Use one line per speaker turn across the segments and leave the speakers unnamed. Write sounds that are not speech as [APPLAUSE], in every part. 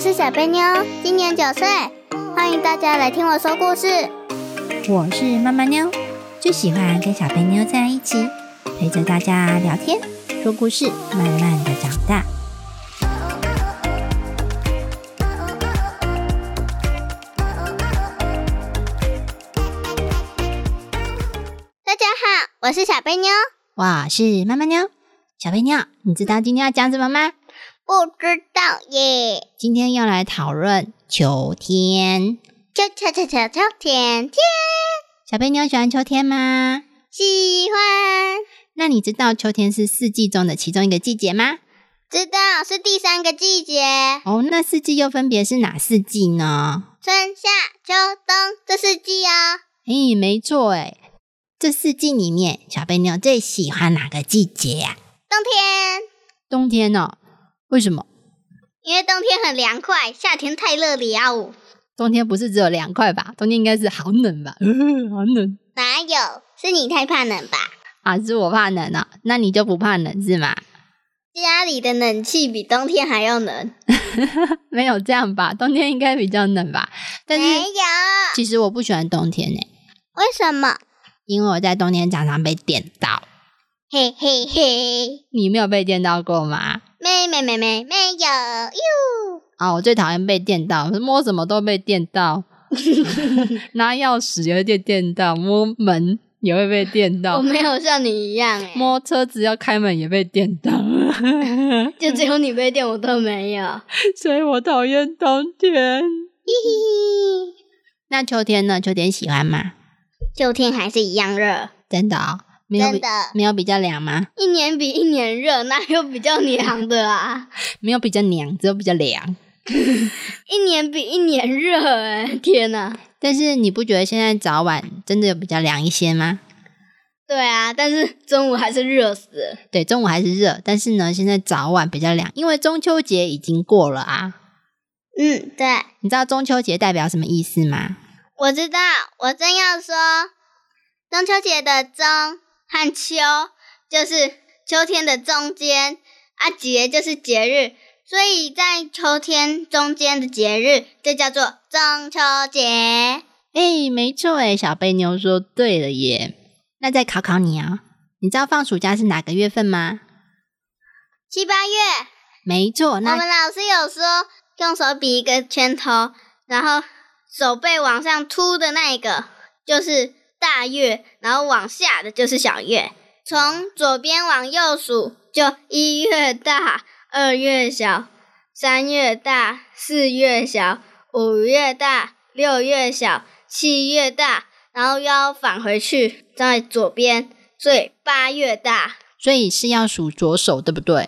是小贝妞，今年九岁，欢迎大家来听我说故事。
我是妈妈妞，最喜欢跟小贝妞在一起，陪着大家聊天、说故事，慢慢的长大。
大家好，我是小贝妞。
我是妈妈妞，小贝妞，你知道今天要讲什么吗？
不知道耶，
今天要来讨论秋天。
秋秋秋秋秋天天
小贝妞喜欢秋天吗？
喜欢，
那你知道秋天是四季中的其中一个季节吗？
知道是第三个季节，
哦，那四季又分别是哪四季呢？
春夏秋冬这四季哦。
诶，没错，诶，这四季里面，小贝妞最喜欢哪个季节呀、
冬天，
冬天哦，为什么？
因为冬天很凉快，夏天太热了。哦
冬天不是只有凉快吧？冬天应该是好冷吧？ [LAUGHS] 好冷
哪有？是你太怕冷吧？
啊！是我怕冷啊，那你就不怕冷是吗？
家里的冷气比冬天还要冷。
没有这样吧，冬天应该比较冷吧？但是
没有，
其实我不喜欢冬天诶、
为什么？
因为我在冬天常常被电到。
嘿嘿嘿，
你没有被电到过吗？
没没没没没有哟。
啊，我最讨厌被电到，摸什么都被电 [LAUGHS] 到，拿钥匙也会被电到，摸门也会被电到，
没有像你一样哎
摸车子要开门也被电到， [LAUGHS]
就只有你被电，我都没有。
所以我讨厌冬天。
嘿嘿，
那秋天呢？秋天喜欢吗？
秋天还是一样热，
真的哦，没有
真
比
的，
没有比较凉吗？
一年比一年热，哪有比较凉的啊？
没有比较凉，只有比较凉。
一年比一年热哎、天哪！
但是你不觉得现在早晚真的有比较凉一些吗？
对啊，但是中午还是热死了。
对，中午还是热，但是呢，现在早晚比较凉，因为中秋节已经过了啊。
嗯，对，
你知道中秋节代表什么意思吗？
我知道，我正要说，中秋节的“中”和“秋”就是秋天的中间，啊，节就是节日，所以在秋天中间的节日，这叫做中秋节。
哎，没错哎，小贝妞说对了耶。那再考考你啊、你知道放暑假是哪个月份吗？
七八月，
没错，
我
那
们老师有说，用手比一个圈头，然后手背往上凸的那一个就是大月，然后往下的就是小月。从左边往右数，就一月大，二月小，三月大，四月小，五月大，六月小，七月大，然后又要返回去，在左边，所以八月大，
所以是要数左手，对不对？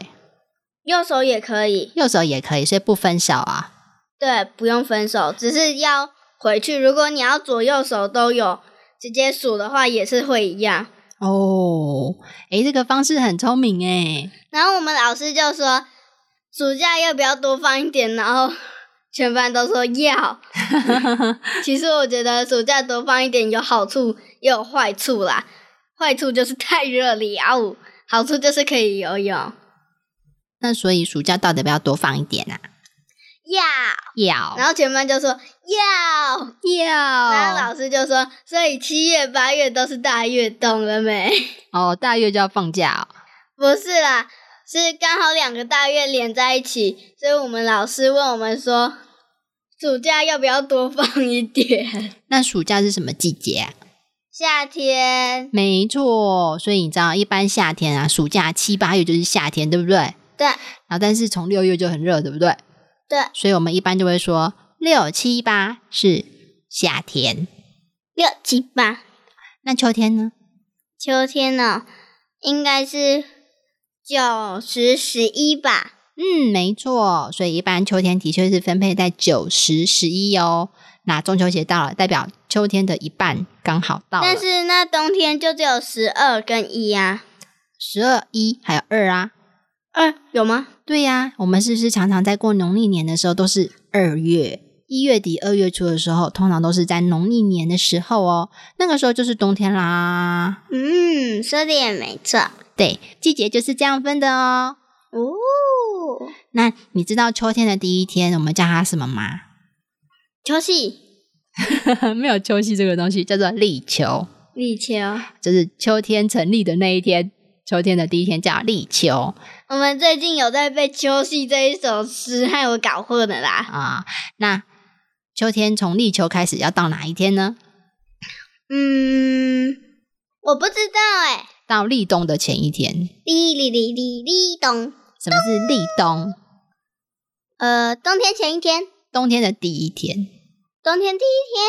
右手也可以。
右手也可以，所以不分手啊。
对，不用分手，只是要回去。如果你要左右手都有，直接数的话也是会一样。
哦，哎，这个方式很聪明哎。
然后我们老师就说，暑假要不要多放一点？然后全班都说要。 [LAUGHS] 其实我觉得暑假多放一点有好处，也有坏处啦。坏处就是太热了，啊好处就是可以游泳。
那所以暑假到底要不要多放一点啊？
要，
要
然后全班就说要。然后
要
老师就说，所以七月、八月都是大月，懂了没？
哦，大月就要放假哦。
不是啦，是刚好两个大月连在一起，所以我们老师问我们说，暑假要不要多放一点？
那暑假是什么季节啊？
夏天，
没错，所以你知道，一般夏天啊，暑假七八月就是夏天，对不对？然
对
后但是从六月就很热，对不对？
对，
所以我们一般就会说六七八是夏天。
六七八，
那秋天呢？
秋天呢、应该是九十十一吧。
嗯，没错，所以一般秋天的确是分配在九十十一哦。那中秋节到了，代表秋天的一半刚好到了，
但是那冬天就只有十二跟一啊，
十二一还有二啊。
二有吗？
对呀、我们是不是常常在过农历年的时候都是二月、一月底、二月初的时候，通常都是在农历年的时候哦，那个时候就是冬天啦。
嗯，说的也没错。
对，季节就是这样分的哦。
哦，
那你知道秋天的第一天我们叫它什么吗？ [LAUGHS]
秋夕、
没有秋夕这个东西，叫做立秋，
立秋，
就是秋天成立的那一天，秋天的第一天叫立秋。
我们最近有在背《秋夕》这一首诗，害我搞混了啦。
啊、那秋天从立秋开始要到哪一天呢？
嗯，我不知道哎、
到立冬的前一天。
哩哩哩哩哩咚，
什么是立冬？
呃，冬天前一天，
冬天的第一天
冬天第一天，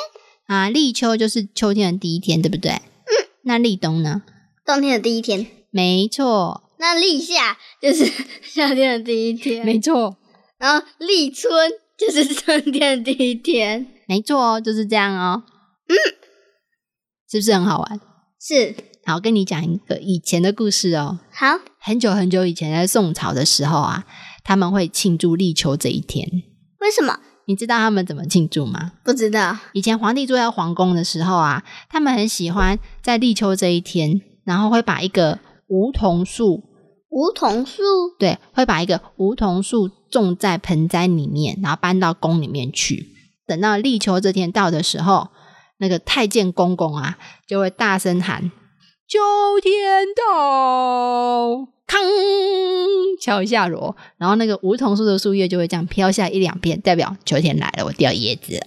啊，立秋就是秋天的第一天，对不对？嗯。那立冬呢？
冬天的第一天。
没错，
那立夏就是 [LAUGHS] 夏天的第一天，
错，
然后立春就是春天的第一天。
没错哦，就是这样哦。嗯，是不是很好玩？
是，
好，跟你讲一个以前的故事哦。
好，
很久很久以前，在宋朝的时候啊，他们会庆祝立秋这一天。
为什么？
你知道他们怎么庆祝吗？
不知道。
以前皇帝住在皇宫的时候啊，他们很喜欢在立秋这一天，然后会把一个梧桐树，
梧桐树，
对，会把一个梧桐树种在盆栽里面，然后搬到宫里面去。等到立秋这天到的时候，那个太监公公啊，就会大声喊：“秋天到！”康敲一下锣，然后那个梧桐树的树叶就会这样飘下一两片，代表秋天来了，我掉叶子了。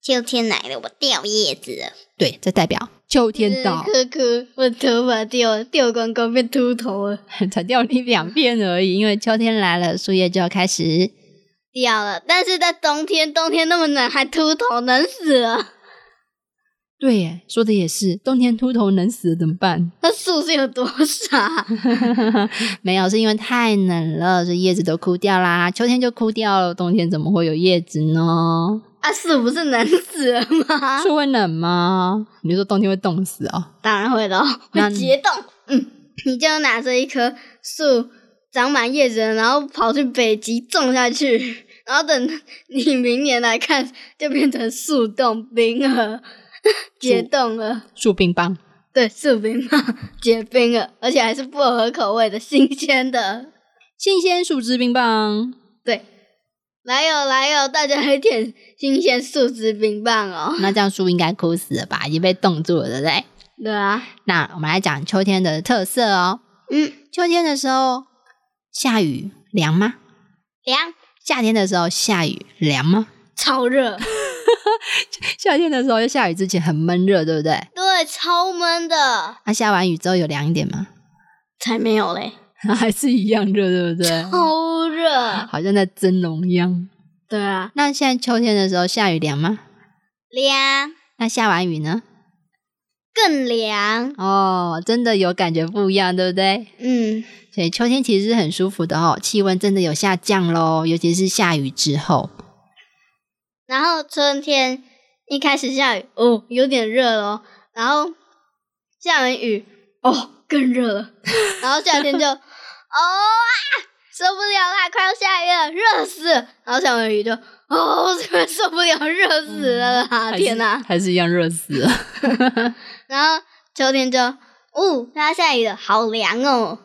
秋天来了，我掉叶子了。
对，这代表秋天到，
科科，我头发掉掉光光，变秃头了，
[LAUGHS] 才掉你两遍而已。因为秋天来了，树叶就要开始。
掉了。但是在冬天，冬天那么冷，还秃头，冷死了。 [LAUGHS]
对耶，说的也是，冬天秃头冷死了怎么办？
那树是有多傻？ [LAUGHS]
[LAUGHS] 没有，是因为太冷了，所以叶子都枯掉啦。秋天就枯掉了，冬天怎么会有叶子呢？
啊，树不是冷死了吗？ [LAUGHS]
树会冷吗？你就说冬天会冻死哦？
当然会咯，
那
会结冻。嗯，你就拿着一棵树长满叶子了，然后跑去北极种下去， [LAUGHS] 然后等你明年来看，就变成树冻冰了， [LAUGHS] 结冻了。
树冰棒。
对，树冰嘛，结冰了，而且还是薄荷口味的，新鲜的。
新鲜树枝冰棒，
对，来哟来哟，大家来点新鲜树枝冰棒哦。
那这样树应该枯死了吧？已经被冻住了，对不对？
对啊，
那我们来讲秋天的特色哦。
嗯，
秋天的时候下雨凉吗？
凉，
夏天的时候下雨凉吗？
超热，
夏天的时候下雨之前很闷热，对不对？
对，超闷的，
那、下完雨之后有凉一点吗？ [LAUGHS]
才没有嘞，
还是一样热，对不对？
超热。
[LAUGHS] 好像在蒸笼一样。
对啊，
那现在秋天的时候下雨凉吗？
凉，
那下完雨呢？
更凉。
哦，真的有感觉不一样，对不对？
嗯，
所以秋天其实是很舒服的哦，气温真的有下降喽，尤其是下雨之后。
然后春天一开始下雨，哦，有点热咯，然后下完雨，哦，更热了。然后夏天就，哦啊，受不了啦，快要下雨了，热死了。然后下完雨就，哦，这个受不了，热死了
啊
啦，天哪、
嗯还是一样热死了。
然后秋天就，哦，它下雨了，好凉哦。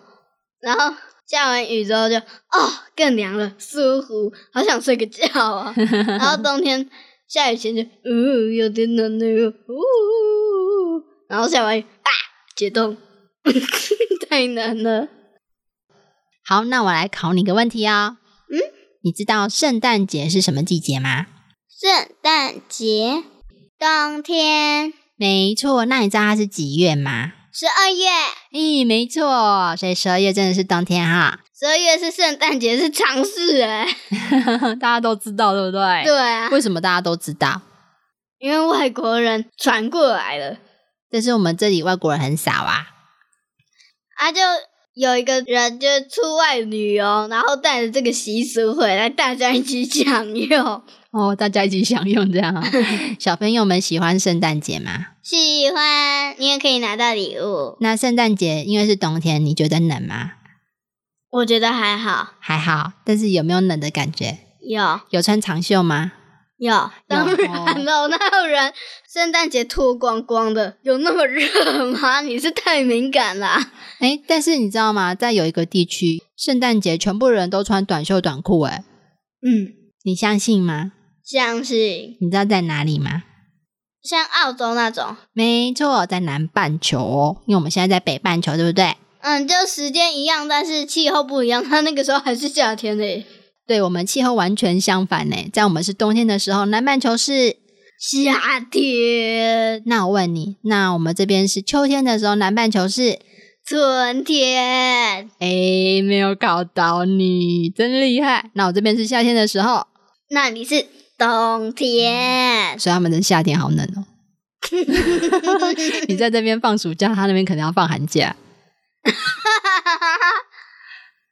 然后下完雨之后就，哦，更凉了，舒服，好想睡个觉啊、然后冬天下雨前就，嗯、有点冷了哟，呜、然后下完雨啊，解冻， [LAUGHS] 太难了。
[LAUGHS] 好，那我来考你个问题哦。
嗯，
你知道圣诞节是什么季节吗？
圣诞节，冬天，
没错，那你知道它是几月吗？
十二月，
咦，没错，所以十二月真的是冬天哈，
十二月是圣诞节，是常识哎、
[LAUGHS] 大家都知道对不对
对啊，
为什么大家都知道？
因为外国人传过来了。
但是我们这里外国人很少啊。
啊，就有一个人就出外旅游，然后带着这个习俗回来，大家一起享用。
哦，大家一起享用这 [LAUGHS] 样、啊。小朋友们喜欢圣诞节吗？
喜欢，你也可以拿到礼物。
那圣诞节因为是冬天，你觉得冷吗？
我觉得还好，
还好，但是有没有冷的感觉？
有
有穿长袖吗？
有，当然了，那有人圣诞节脱光光的，有那么热吗？你是太敏感啦、
哎，但是你知道吗？在有一个地区，圣诞节全部人都穿短袖短裤，哎，
[LAUGHS] 嗯，
你相信吗？
像是
你知道在哪里吗？
像澳洲那种，
没错，在南半球哦，因为我们现在在北半球，对不对？
嗯，就时间一样，但是气候不一样。它那个时候还是夏天嘞，
对我们气候完全相反呢，在我们是冬天的时候，南半球是。
夏天、
那我问你，那我们这边是秋天的时候，南半球是？
春天，
哎，没有搞倒你，真厉害。那我这边是夏天的时候，
那你是冬天。 [LAUGHS]
所以他们的夏天好冷哦。你在这边放暑假，他那边可能要放寒假。 [LAUGHS]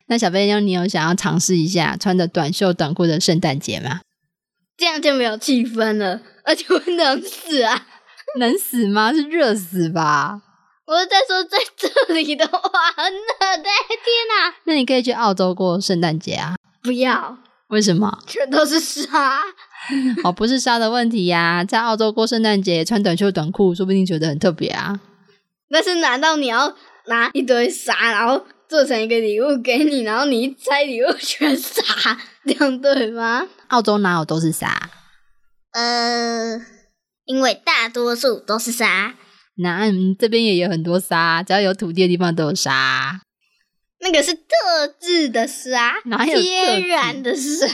那小飞妞，你有想要尝试一下穿着短袖短裤的圣诞节吗？
这样就没有气氛了，而且我冷死啊！ [LAUGHS]
能死吗？是热死吧？
我是在说在这里的话很冷的、 [LAUGHS] 天哪、
那你可以去澳洲过圣诞节啊？
不要，
为什么？ [LAUGHS]
全都是沙。
哦，不是沙的问题呀、在澳洲过圣诞节穿短袖短裤，说不定觉得很特别啊。
但是难道你要拿一堆沙，然后做成一个礼物给你，然后你一拆礼物全沙，这样对吗？
澳洲哪有都是沙？
呃，因为大多数都是沙。
那、嗯、这边也有很多沙，只要有土地的地方都有沙。
那个是特制的沙，
哪有特制
天然的
[LAUGHS]
沙？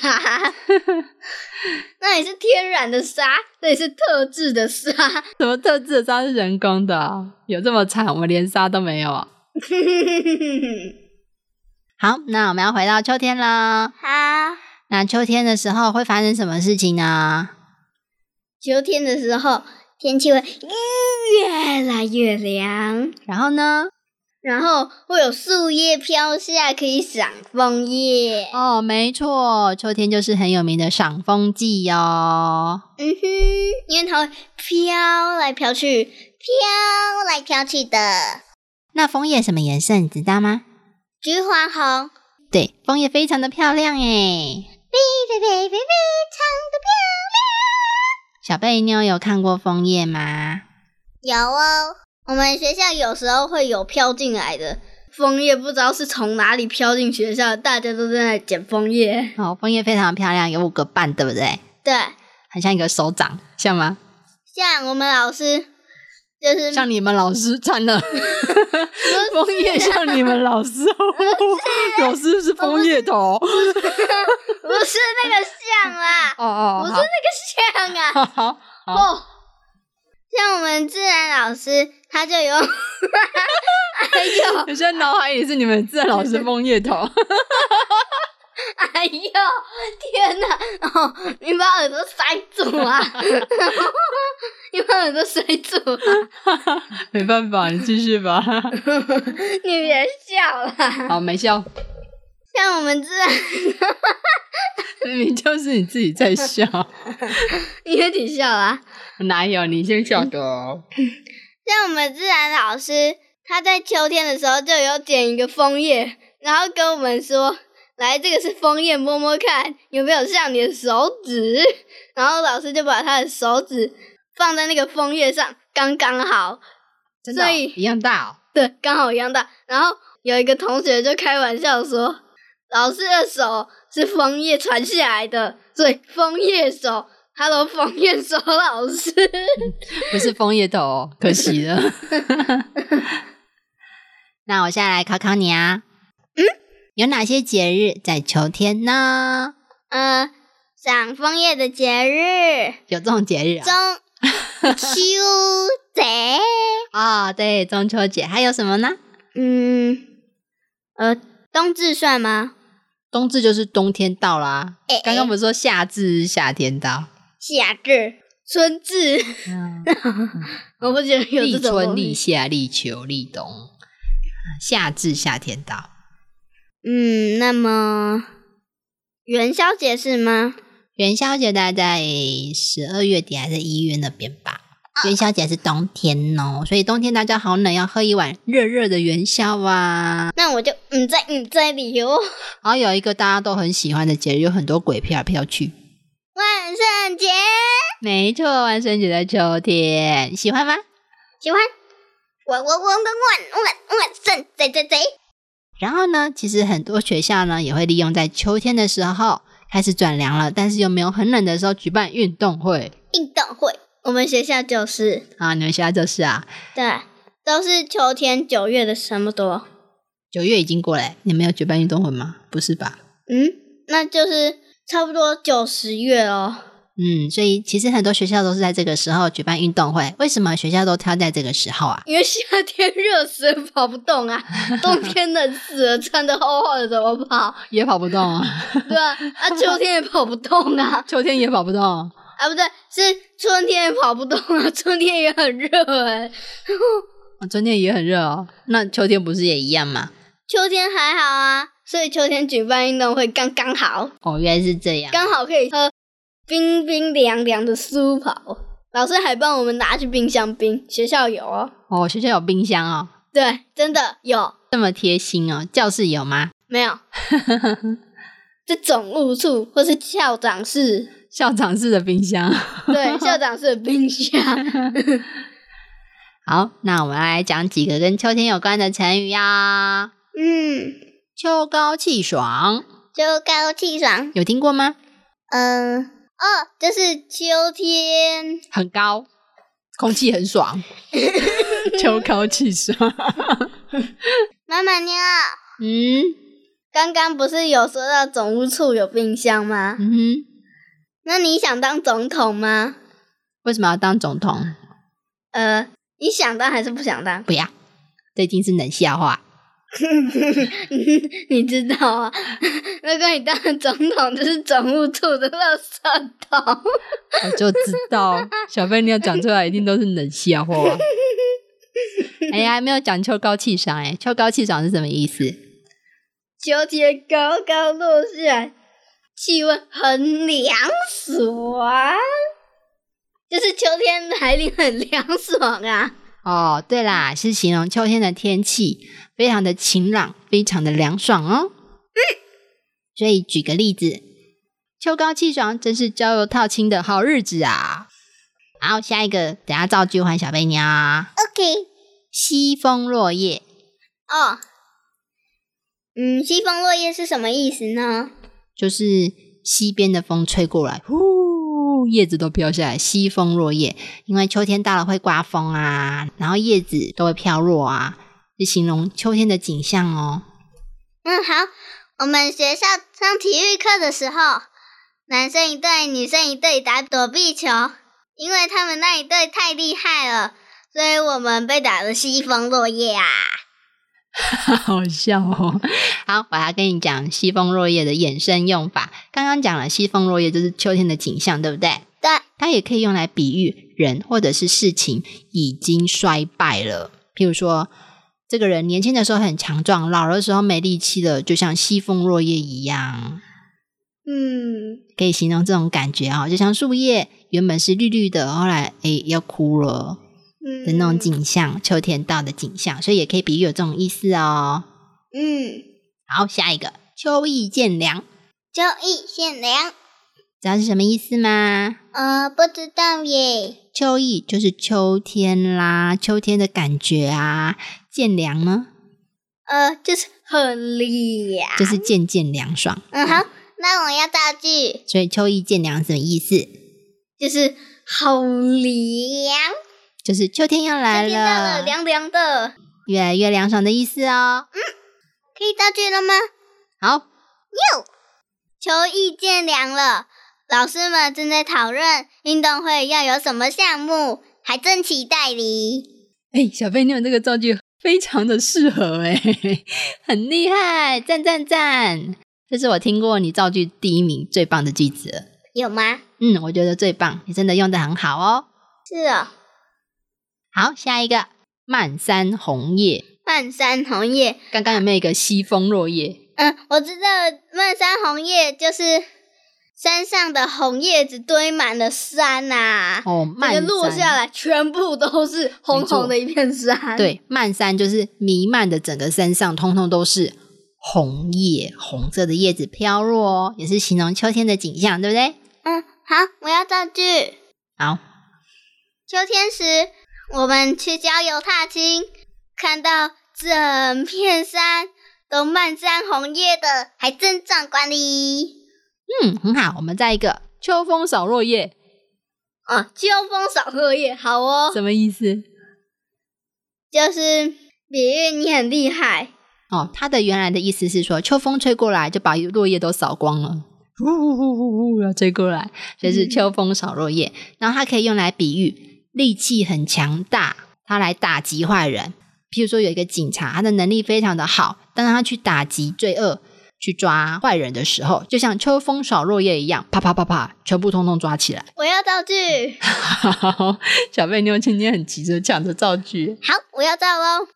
那也是天然的沙，那也是特制的沙。 [LAUGHS]
什么特制的沙是人工的啊？有这么惨？我们连沙都没有啊。好，那我们要回到秋天啦。
好，
那秋天的时候会发生什么事情呢？
秋天的时候天气会越来越凉，
然后呢？
然后会有树叶飘下，可以赏枫叶。
哦，没错，秋天就是很有名的赏枫季哟、哦。
嗯哼，因为它会飘来飘去，飘来飘去的。
那枫叶什么颜色，你知道吗？
橘黄红，
对，枫叶非常的漂亮诶。
呸呸呸呸非
小贝妞有看过枫叶吗？
常的漂亮。有哦，我们学校有时候会有飘进来的枫叶，不知道是从哪里飘进学校，大家都在那里捡枫叶。
哦，枫叶非常漂亮，有五个瓣，对不对？
对，
很像一个手掌，像吗？
像我们老师就是
像你们老师惨了，枫叶像你们老师，
[LAUGHS]
老师是枫叶头。哦，
[LAUGHS] 不是那个像啦 [LAUGHS]
哦，
不是那个像啊。
好好好好，
哦，像我们自然老师，他就有， [LAUGHS] 哎呦
有些脑海里是你们自然老师枫叶头。
[LAUGHS] 哎呦，天哪！哦，你把耳朵塞住 [LAUGHS] 啊！你把耳朵塞住啊！
没办法，你继
[LAUGHS]
续吧。
你别笑啦。
好，没笑，
像我们自然，
明明就是你自己在笑，
[LAUGHS] 你有点笑啊。
哪有你先笑的
嗯
哦？
像我们自然老师，他在秋天的时候就有捡一个枫叶，然后跟我们说：“来，这个是枫叶，摸摸看有没有像你的手指。” [LAUGHS] 然后老师就把他的手指放在那个枫叶上，刚刚好，
真的哦
所以
一样大哦。
对，刚好一样大。然后有一个同学就开玩笑说：“老师的手是枫叶传下来的，所以枫叶手，Hello，枫叶手老师。 [LAUGHS]
[LAUGHS] 不是枫叶头哦、可惜了。 [LAUGHS] 那我现在来考考你啊，嗯，有哪些节日在秋天呢？
呃，赏枫叶的节日。
有这种节日啊？
中秋节，
啊、对，中秋节还有什么呢？
嗯，呃，冬至算吗？
冬至就是冬天到啦、
哎、
刚刚
哎
不是说夏至是夏天到？
夏至、春至， [LAUGHS] 我不觉得嗯有
立
这种
春、
东西
立夏、立秋、立冬，夏至夏天到。
嗯，那么元宵节是吗？
元宵节大概在十二月底还是一月那边吧。元宵节是冬天哦，所以冬天大家好冷，要喝一碗热热的元宵啊。
那我就嗯在嗯在理由，
然后有一个大家都很喜欢的节日，有很多鬼飘来飘去。
万圣圣节，
没错，万圣节在秋天，喜欢吗？
喜欢。我我我我我我圣贼贼贼，
然后呢，其实很多学校呢也会利用在秋天的时候开始转凉了，但是又没有很冷的时候举办运动会
运动会，我们学校就是
啊。你们学校就是啊，
对，都是秋天九月的什么多，
九月已经过了，你们有举办运动会吗？不是吧？
嗯，那就是差不多九十月哦。
嗯，所以其实很多学校都是在这个时候举办运动会。为什么学校都挑在这个时候啊？
因为夏天热死了跑不动啊，冬天冷死了，穿的厚厚的怎么跑？
也跑不动啊， [LAUGHS]
对啊，啊秋天也跑不动啊，
秋天也跑不动。哦
啊不对，是春天也跑不动啊，春天也很热哎、
春天也很热哦，那秋天不是也一样吗？
秋天还好啊，所以秋天举办运动会刚刚好，
哦，原来是这样。
刚好可以喝冰冰凉凉的苏跑。老师还帮我们拿去冰箱冰，学校有哦。
哦，学校有冰箱哦，
对，真的有，
这么贴心哦。教室有吗？
没有？是总务处或是校长室，
校长室的冰箱。 [LAUGHS]
对，校长室的冰 [LAUGHS] 箱。嗯
好，那我们来讲几个跟秋天有关的成语呀。
嗯，
秋高气爽，
秋高气爽。
有听过吗？
嗯，哦，这是秋天。
很高，空气很爽， [LAUGHS] 秋高气爽。 [LAUGHS]
妈妈你好。
嗯
刚刚不是有说到总务处有冰箱吗？
嗯哼，
那你想当总统吗？
为什么要当总统？
呃，你想当还是不想当？ [LAUGHS]
不要，这一定是冷笑话。
你知道啊， [LAUGHS] 如果你当了总统，就是总务处的垃圾桶。
[LAUGHS] 我就知道，小贝你要讲出来一定都是冷笑 [LAUGHS] 话。哎呀，还没有讲秋高气爽哎，秋高气爽是什么意思？
秋天高高落下，气温很凉爽，就是秋天来临很凉爽啊。
哦，对啦，是形容秋天的天气非常的晴朗，非常的凉爽 [LAUGHS] 哦。所以举个例子，秋高气爽真是郊游踏青的好日子啊。好，下一个，等下造句换小贝鸟啊。
OK，
西风落叶，
哦，嗯，西风落叶是什么意思呢？
就是西边的风吹过来，呼，叶子都飘下来，西风落叶。因为秋天到了会刮风啊，然后叶子都会飘落啊，就形容秋天的景象哦。 [LAUGHS]
嗯，好，我们学校上体育课的时候，男生一队，女生一队打躲避球，因为他们那一队太厉害了，所以我们被打的西风落叶啊。
好笑哦！好，我要跟你讲西风落叶的衍生用法。刚刚讲了西风落叶就是秋天的景象，对不对？
对，
它也可以用来比喻人或者是事情已经衰败了。譬如说，这个人年轻的时候很强壮，老的时候没力气了，就像西风落叶一样，
嗯，
可以形容这种感觉哦，就像树叶原本是绿绿的，后来诶要枯了
嗯
的那种景象，秋天到的景象，所以也可以比喻有这种意思哦。
嗯，
好，下一个秋意渐凉，
秋意渐凉。
知道是什么意思吗？
呃，不知道耶。
秋意就是秋天啦，秋天的感觉啊。渐凉呢，
呃，就是很凉。
就是渐渐凉爽，
嗯，好，那我要造句，
所以秋意渐凉是什么意思？
就是好凉，
就是秋天要来
秋天到了，
了，
凉凉的。
越来越凉爽的意思哦。
可以造句了吗？
好，
秋意渐凉了，老师们正在讨论运动会要有什么项目，还真期待哩。
哎、小飞妞这个造句非常的适合哎、 [LAUGHS] 很厉害，赞赞赞！这是我听过你造句第一名最棒的句子了。
有吗？
嗯，我觉得最棒，你真的用的很好哦。
是哦，
好，下一个漫山红叶。
漫山红叶。
刚刚有没有一个西风落叶？
嗯，我知道漫山红叶就是山上的红叶子堆满了山呐、
哦，
整
漫
个
山
落下来全部都是红红的一片山。，
对，漫山就是弥漫的整个山上，通通都是红叶，红色的叶子飘落哦，也是形容秋天的景象，对不对？
嗯，好，我要造句。
好，
秋天时，我们去郊游踏青，看到整片山都漫山红叶的，还真壮观哩！
嗯，很好。我们再一个秋风扫落叶，
哦，秋风扫落叶，好哦，
什么意思？
就是比喻你很厉害。
哦，它的原来的意思是说，秋风吹过来就把落叶都扫光了，呜呜呜呜呜，要吹过来，所以是秋风扫落叶。然后它可以用来比喻力气很强大，它来打击坏人。譬如说有一个警察，他的能力非常的好，但他去打击罪恶、去抓坏人的时候，就像秋风扫落叶一样，啪啪啪啪，全部通通抓起来。 [LAUGHS]
我要造句，
小贝妞今天很急着抢着造句，
好，我要造喽。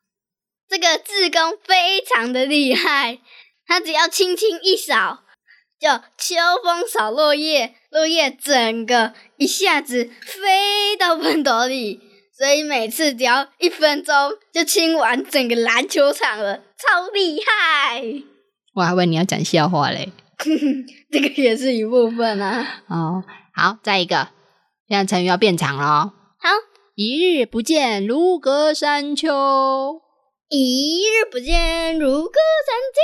这个志工非常的厉害，他只要轻轻一扫，就秋风扫落叶，落叶整个一下子飞到喷斗里，所以每次只要一分钟就清完整个篮球场了，超厉害！
我还以为你要讲笑话嘞。
这个也是一部分啊。
哦，好，再一个，现在成语要变长了哦。
好，
一日不见，如隔三秋，
一日不见如隔三
知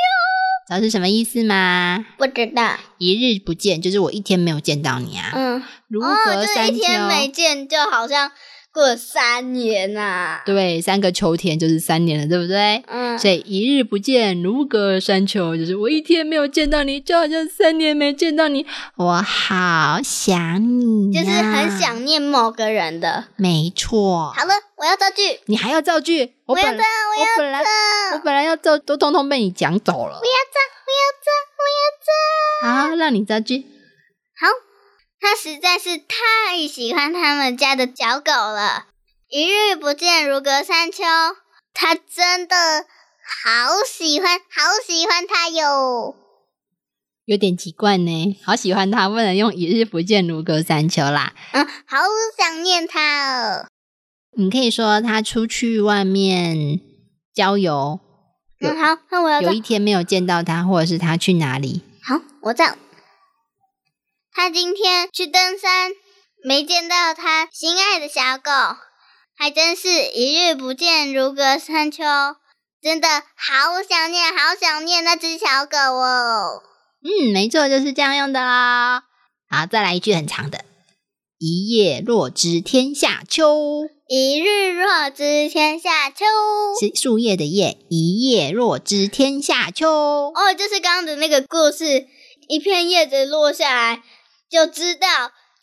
道是什么意思吗？
秋，不知道，
一日不见就是我一天没有见到你啊，
嗯，
如
哦，
隔
这
三
一
秋。
天没见，就好像过了三年啊呐、
对，三个秋天就是三年了，对不对？
嗯，
所以一日不见，如隔三秋，就是我一天没有见到你，就好像三年没见到你，我好想你、啊
就是很。想念某个人的。
没错，
好了，我要造句，
你还要造句？我
我要
本
造，我
来
要
我本来我
造，
本来要造，都通通被你讲走了。
我
好，让你造句。
要造，我要造。好，他实在是太喜欢他们家的小狗了，一日不见如隔三秋，他真的好喜欢，好喜欢它哟。
有点奇怪呢，好喜欢他，不能用一日不见如隔三秋啦。
嗯，好想念它哦。
你可以说他出去外面郊游，有
嗯，好，那我要造
有。一天没有见到他，或者是他去哪里，
好，我造。他今天去登山，没见到他心爱的小狗，还真是一日不见如隔三秋，真的好想念，好想念那只小狗哦。
嗯，没错，就是这样用的啦。好，再来一句很长的：一叶落知天下秋，
一日若知天下秋。
是树叶的叶。一叶落知天下秋，
哦，就是刚刚的那个故事，一片叶子落下来，就知道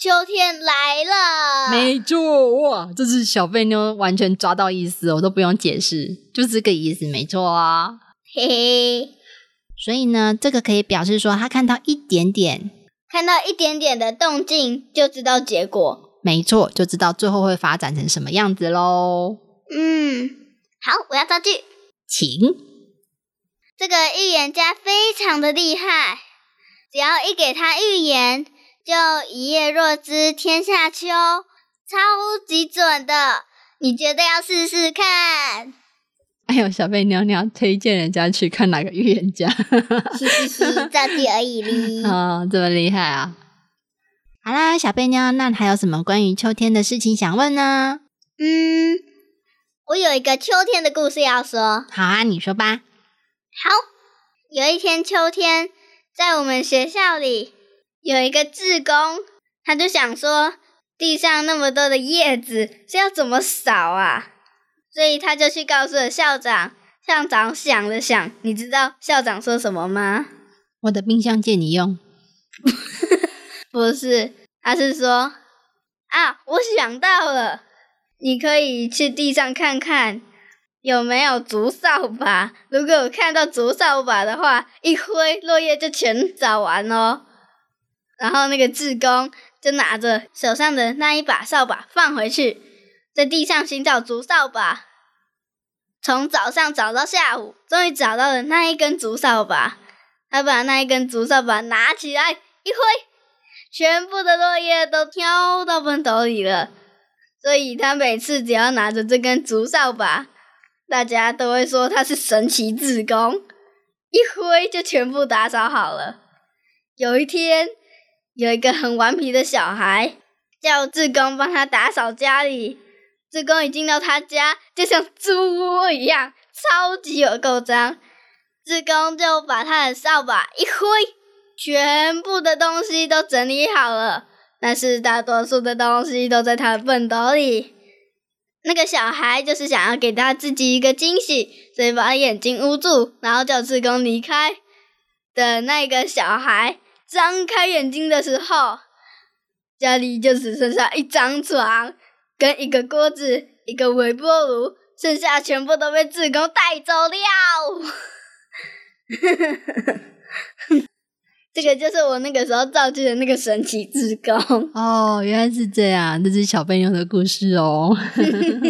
秋天来了。
没错，哇，这是小贝妞完全抓到意思哦，我都不用解释，就这个意思，没错啊、
嘿嘿，
所以呢，这个可以表示说他看到一点点，
看到一点点的动静就知道结果。
没错，就知道最后会发展成什么样子喽。
嗯，好，我要造句。
请，
这个预言家非常的厉害，只要一给他预言，就一叶若知天下秋，超级准的。你觉得要试试看？
哎呦，小贝妞，你要推荐人家去看哪个预言家？
嘻嘻嘻，造句而已
[LAUGHS]
哩。
啊、这么厉害啊！好啦，小贝妞，那还有什么关于秋天的事情想问呢？
嗯，我有一个秋天的故事要说。
好啊，你说吧。
好，有一天秋天，在我们学校里有一个志工，他就想说，地上那么多的叶子是要怎么扫啊？所以他就去告诉了校长。校长想了想，你知道校长说什么吗？
我的冰箱借你用。
不是，他是说啊，我想到了，你可以去地上看看有没有竹扫把。如果有看到竹扫把的话，一挥落叶就全扫完哦。然后那个志工就拿着手上的那一把扫把放回去，在地上寻找竹扫把。从早上找到下午，终于找到了那一根竹扫把。他把那一根竹扫把拿起来一挥，全部的落叶都飘到粪斗里了。所以他每次只要拿着这根竹扫把，大家都会说他是神奇志工，一挥就全部打扫好了。有一天，有一个很顽皮的小孩，叫志工帮他打扫家里。志工一进到他家，就像猪窝一样，超级有够脏。志工就把他的扫把一挥，全部的东西都整理好了，但是大多数的东西都在他的粪斗里。那个小孩就是想要给他自己一个惊喜，所以把眼睛捂住，然后叫志工离开。等那个小孩张开眼睛的时候，家里就只剩下一张床、跟一个锅子、一个微波炉，剩下全部都被志工带走了。 [LAUGHS] 这个就是我那个时候造句的那个神奇志工。
哦，原来是这样，这是小贝妞的故事哦。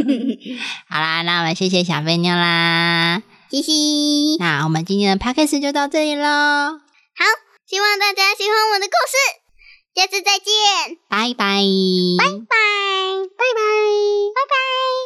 [LAUGHS] 好啦，那我们谢谢小贝妞啦。
嘻嘻。
那我们今天的 podcast 就到这里喽，
希望大家喜欢我的故事，下次再见，
拜拜，
拜拜，拜拜，拜拜。